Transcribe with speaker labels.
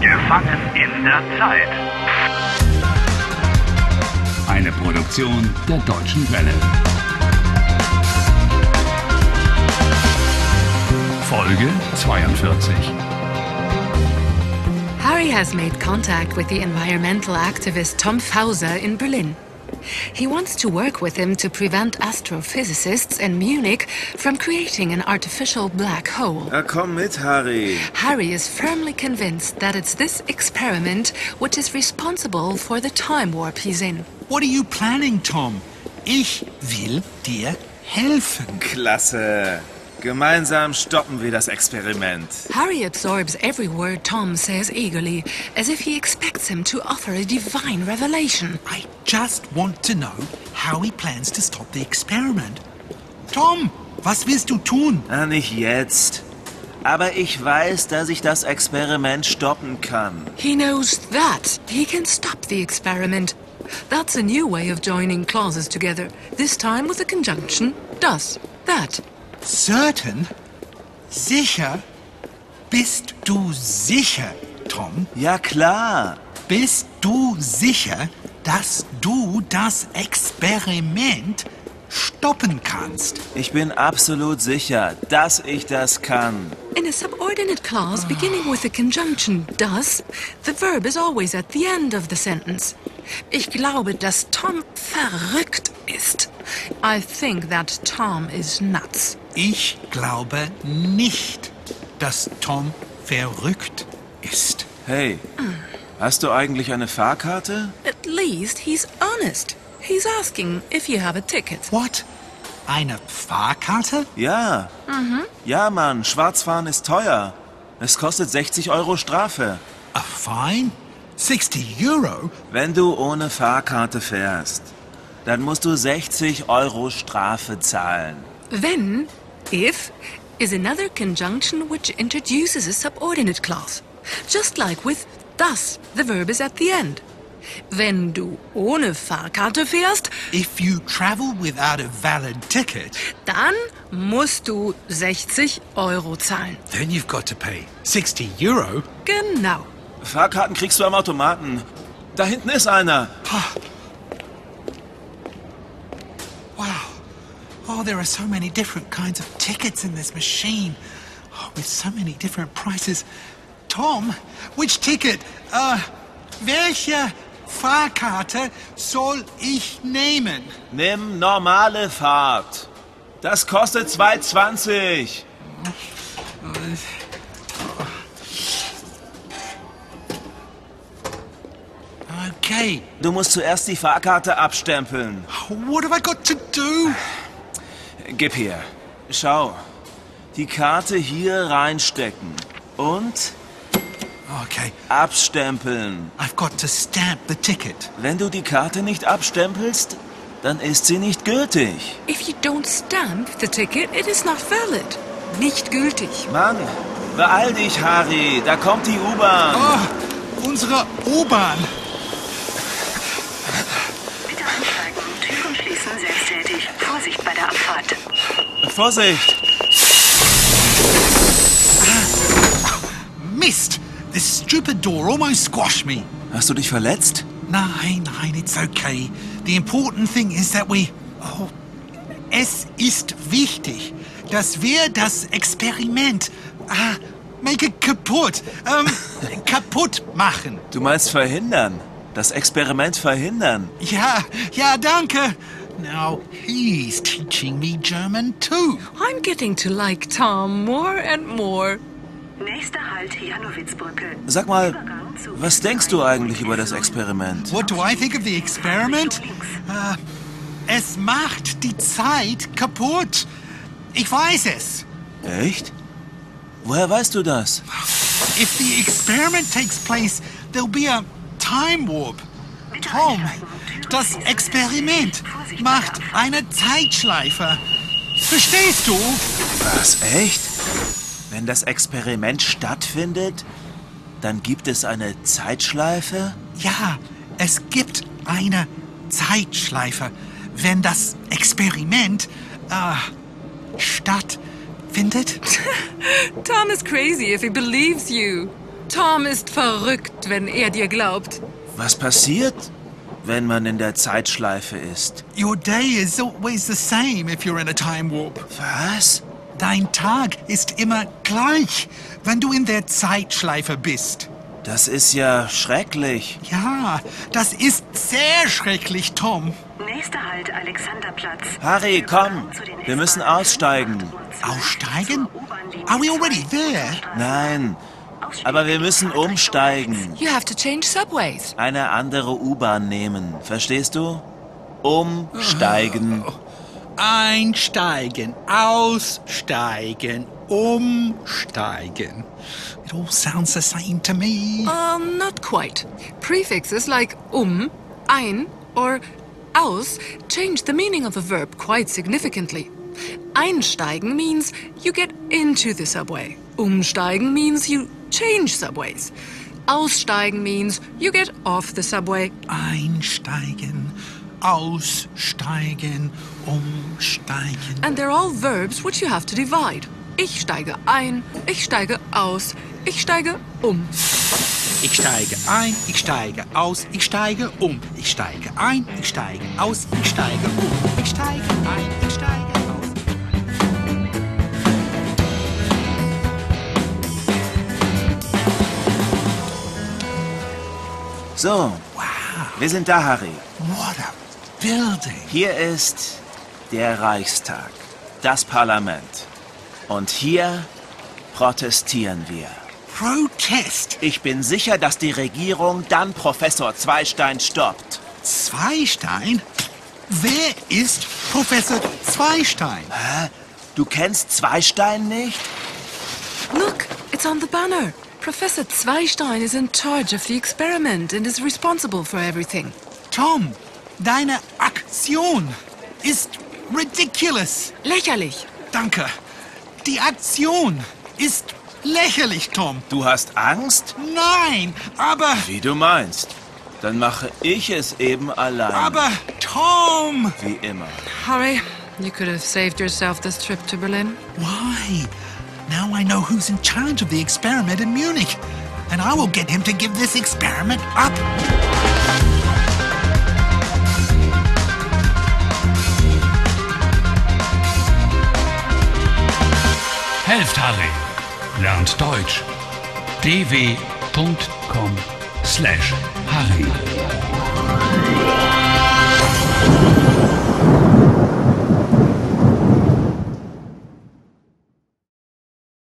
Speaker 1: Gefangen in der Zeit.
Speaker 2: Eine Produktion der Deutschen Welle. Folge 42.
Speaker 3: Harry has made contact with the environmental activist Tom Fauser in Berlin. He wants to work with him to prevent astrophysicists in Munich from creating an artificial black hole.
Speaker 4: Na Äh, komm mit, Harry.
Speaker 3: Harry is firmly convinced that it's this experiment which is responsible for the time warp he's in.
Speaker 5: What are you planning, Tom? Ich will dir helfen.
Speaker 4: Klasse. Gemeinsam stoppen wir das Experiment.
Speaker 3: Harry absorbs every word Tom says eagerly, as if he expects him to offer a divine revelation.
Speaker 5: I just want to know how he plans to stop the experiment. Tom, was willst du tun?
Speaker 4: Na, Äh, nicht jetzt. Aber ich weiß, dass ich das Experiment stoppen kann.
Speaker 3: He knows that he can stop the experiment. That's a new way of joining clauses together, this time with the conjunction does. That.
Speaker 5: Certain? Sicher? Bist du sicher, Tom?
Speaker 4: Ja, klar.
Speaker 5: Bist du sicher, dass du das Experiment stoppen kannst?
Speaker 4: Ich bin absolut sicher, dass ich das kann.
Speaker 3: In a subordinate clause beginning with the conjunction does, the verb is always at the end of the sentence. Ich glaube, dass Tom verrückt ist. I think that Tom is nuts.
Speaker 5: Ich glaube nicht, dass Tom verrückt ist.
Speaker 4: Hey, hast du eigentlich eine Fahrkarte?
Speaker 3: At least he's honest. He's asking if you have a ticket.
Speaker 5: What? Eine Fahrkarte?
Speaker 4: Ja. Ja, Mann, Schwarzfahren ist teuer. Es kostet 60 Euro Strafe,
Speaker 5: A fine? 60 Euro?
Speaker 4: wenn du ohne Fahrkarte fährst. Dann musst du 60 Euro Strafe zahlen.
Speaker 3: Then, if is another conjunction which introduces a subordinate clause, just like with das, the verb is at the end. Wenn du ohne Fahrkarte fährst,
Speaker 5: If you travel without a valid ticket,
Speaker 3: dann musst du 60 Euro zahlen.
Speaker 5: then you've got to pay 60 Euro.
Speaker 3: Genau.
Speaker 4: Fahrkarten kriegst du am Automaten. Da hinten ist einer.
Speaker 5: Wow. Oh, there are so many different kinds of tickets in this machine. Oh, with so many different prices. Tom, which ticket? Uh, welche Fahrkarte soll ich nehmen?
Speaker 4: Nimm normale Fahrt. Das kostet 2,20.
Speaker 5: Okay,
Speaker 4: Du musst zuerst die Fahrkarte abstempeln.
Speaker 5: what have I got to do?
Speaker 4: Gib her. Schau. Die Karte hier reinstecken. Und
Speaker 5: Okay,
Speaker 4: abstempeln.
Speaker 5: I've got to stamp the ticket.
Speaker 4: Wenn du die Karte nicht abstempelst, dann ist sie nicht gültig.
Speaker 3: If you don't stamp the ticket, it is not valid. Nicht gültig.
Speaker 4: Mann, beeil dich, Harry. Da kommt die U-Bahn.
Speaker 5: Oh, unsere U-Bahn.
Speaker 6: Bitte einsteigen, Türen schließen selbsttätig. Vorsicht bei der Abfahrt.
Speaker 4: Vorsicht.
Speaker 5: Missed! This stupid door almost squashed me.
Speaker 4: Hast du dich verletzt?
Speaker 5: Nein, nein, it's okay. The important thing is that we. Oh, es ist wichtig, dass wir das Experiment. Ah, make it kaputt. Ähm, kaputt machen.
Speaker 4: Du meinst verhindern. Das Experiment verhindern.
Speaker 5: Ja, ja, danke. Now he's teaching me German too.
Speaker 3: I'm getting to like Tom more and more.
Speaker 6: Nächster Halt Janowitzbrücke.
Speaker 4: Sag mal, was denkst du eigentlich über das Experiment?
Speaker 5: What do I think of the experiment? Äh, es macht die Zeit kaputt. Ich weiß es.
Speaker 4: Echt? Woher weißt du das?
Speaker 5: If the experiment takes place, there'll be a time warp.
Speaker 6: Bitte
Speaker 5: Tom,
Speaker 6: einsteigen, Türen
Speaker 5: das
Speaker 6: schließen
Speaker 5: Experiment
Speaker 6: selbsttätig. Vorsicht bei der
Speaker 5: macht
Speaker 6: Abfahrt.
Speaker 5: eine Zeitschleife. Verstehst du?
Speaker 4: Was, echt? Wenn das Experiment stattfindet, dann gibt es eine Zeitschleife?
Speaker 5: Ja, es gibt eine Zeitschleife, wenn das Experiment äh, stattfindet.
Speaker 3: Tom is crazy if he believes you. Tom ist verrückt, wenn er dir glaubt.
Speaker 4: Was passiert, wenn man in der Zeitschleife ist?
Speaker 5: Your day is always the same if you're in a time warp.
Speaker 4: Was?
Speaker 5: Dein Tag ist immer gleich, wenn du in der Zeitschleife bist.
Speaker 4: Das ist ja schrecklich.
Speaker 5: Ja, das ist sehr schrecklich, Tom.
Speaker 6: Nächster Halt Alexanderplatz.
Speaker 4: Harry, komm.
Speaker 6: Zu den
Speaker 4: Wir müssen
Speaker 6: S-Bahnen
Speaker 4: aussteigen.
Speaker 6: 8 und 12
Speaker 5: Aussteigen?
Speaker 6: zur U-Bahn-Linie
Speaker 5: Are we already
Speaker 6: 2
Speaker 5: there?
Speaker 4: Nein, aber wir müssen umsteigen.
Speaker 3: You have to change subways.
Speaker 4: Eine andere U-Bahn nehmen. Verstehst du? Umsteigen.
Speaker 5: Einsteigen, aussteigen, umsteigen. It all sounds the same to me.
Speaker 3: Uh, not quite. Prefixes like um, ein, or aus change the meaning of a verb quite significantly. Einsteigen means you get into the subway. Umsteigen means you change subways. Aussteigen means you get off the subway.
Speaker 5: Einsteigen, aussteigen, umsteigen.
Speaker 3: And they're all verbs which you have to divide. Ich steige ein, ich steige aus, ich steige um.
Speaker 5: Ich steige ein, ich steige aus, ich steige um. Ich steige ein, ich steige aus, ich steige um. Ich steige ein, ich steige aus.
Speaker 4: So, wir sind da, Harry.
Speaker 5: What a building.
Speaker 4: Hier ist der Reichstag, das Parlament. Und hier protestieren wir.
Speaker 5: Protest.
Speaker 4: Ich bin sicher, dass die Regierung dann Professor Zweistein stoppt.
Speaker 5: Zweistein? Wer ist Professor Zweistein?
Speaker 4: Du kennst Zweistein nicht?
Speaker 3: Look, it's on the banner. Professor Zweistein is in charge of the experiment and is responsible for everything.
Speaker 5: Tom, deine Aktion ist ridiculous.
Speaker 3: Lächerlich.
Speaker 5: Danke. Die Aktion ist lächerlich, Tom.
Speaker 4: Du hast Angst?
Speaker 5: Nein, aber,
Speaker 4: Wie du meinst. Dann mache ich es eben allein.
Speaker 5: aber, Tom.
Speaker 4: Wie immer.
Speaker 3: Harry, you could have saved yourself this trip to Berlin.
Speaker 5: Why? Now I know who's in charge of the experiment in Munich, and I will get him to give this experiment up.
Speaker 2: Helft Harry. Lernt Deutsch. dw.com/harry.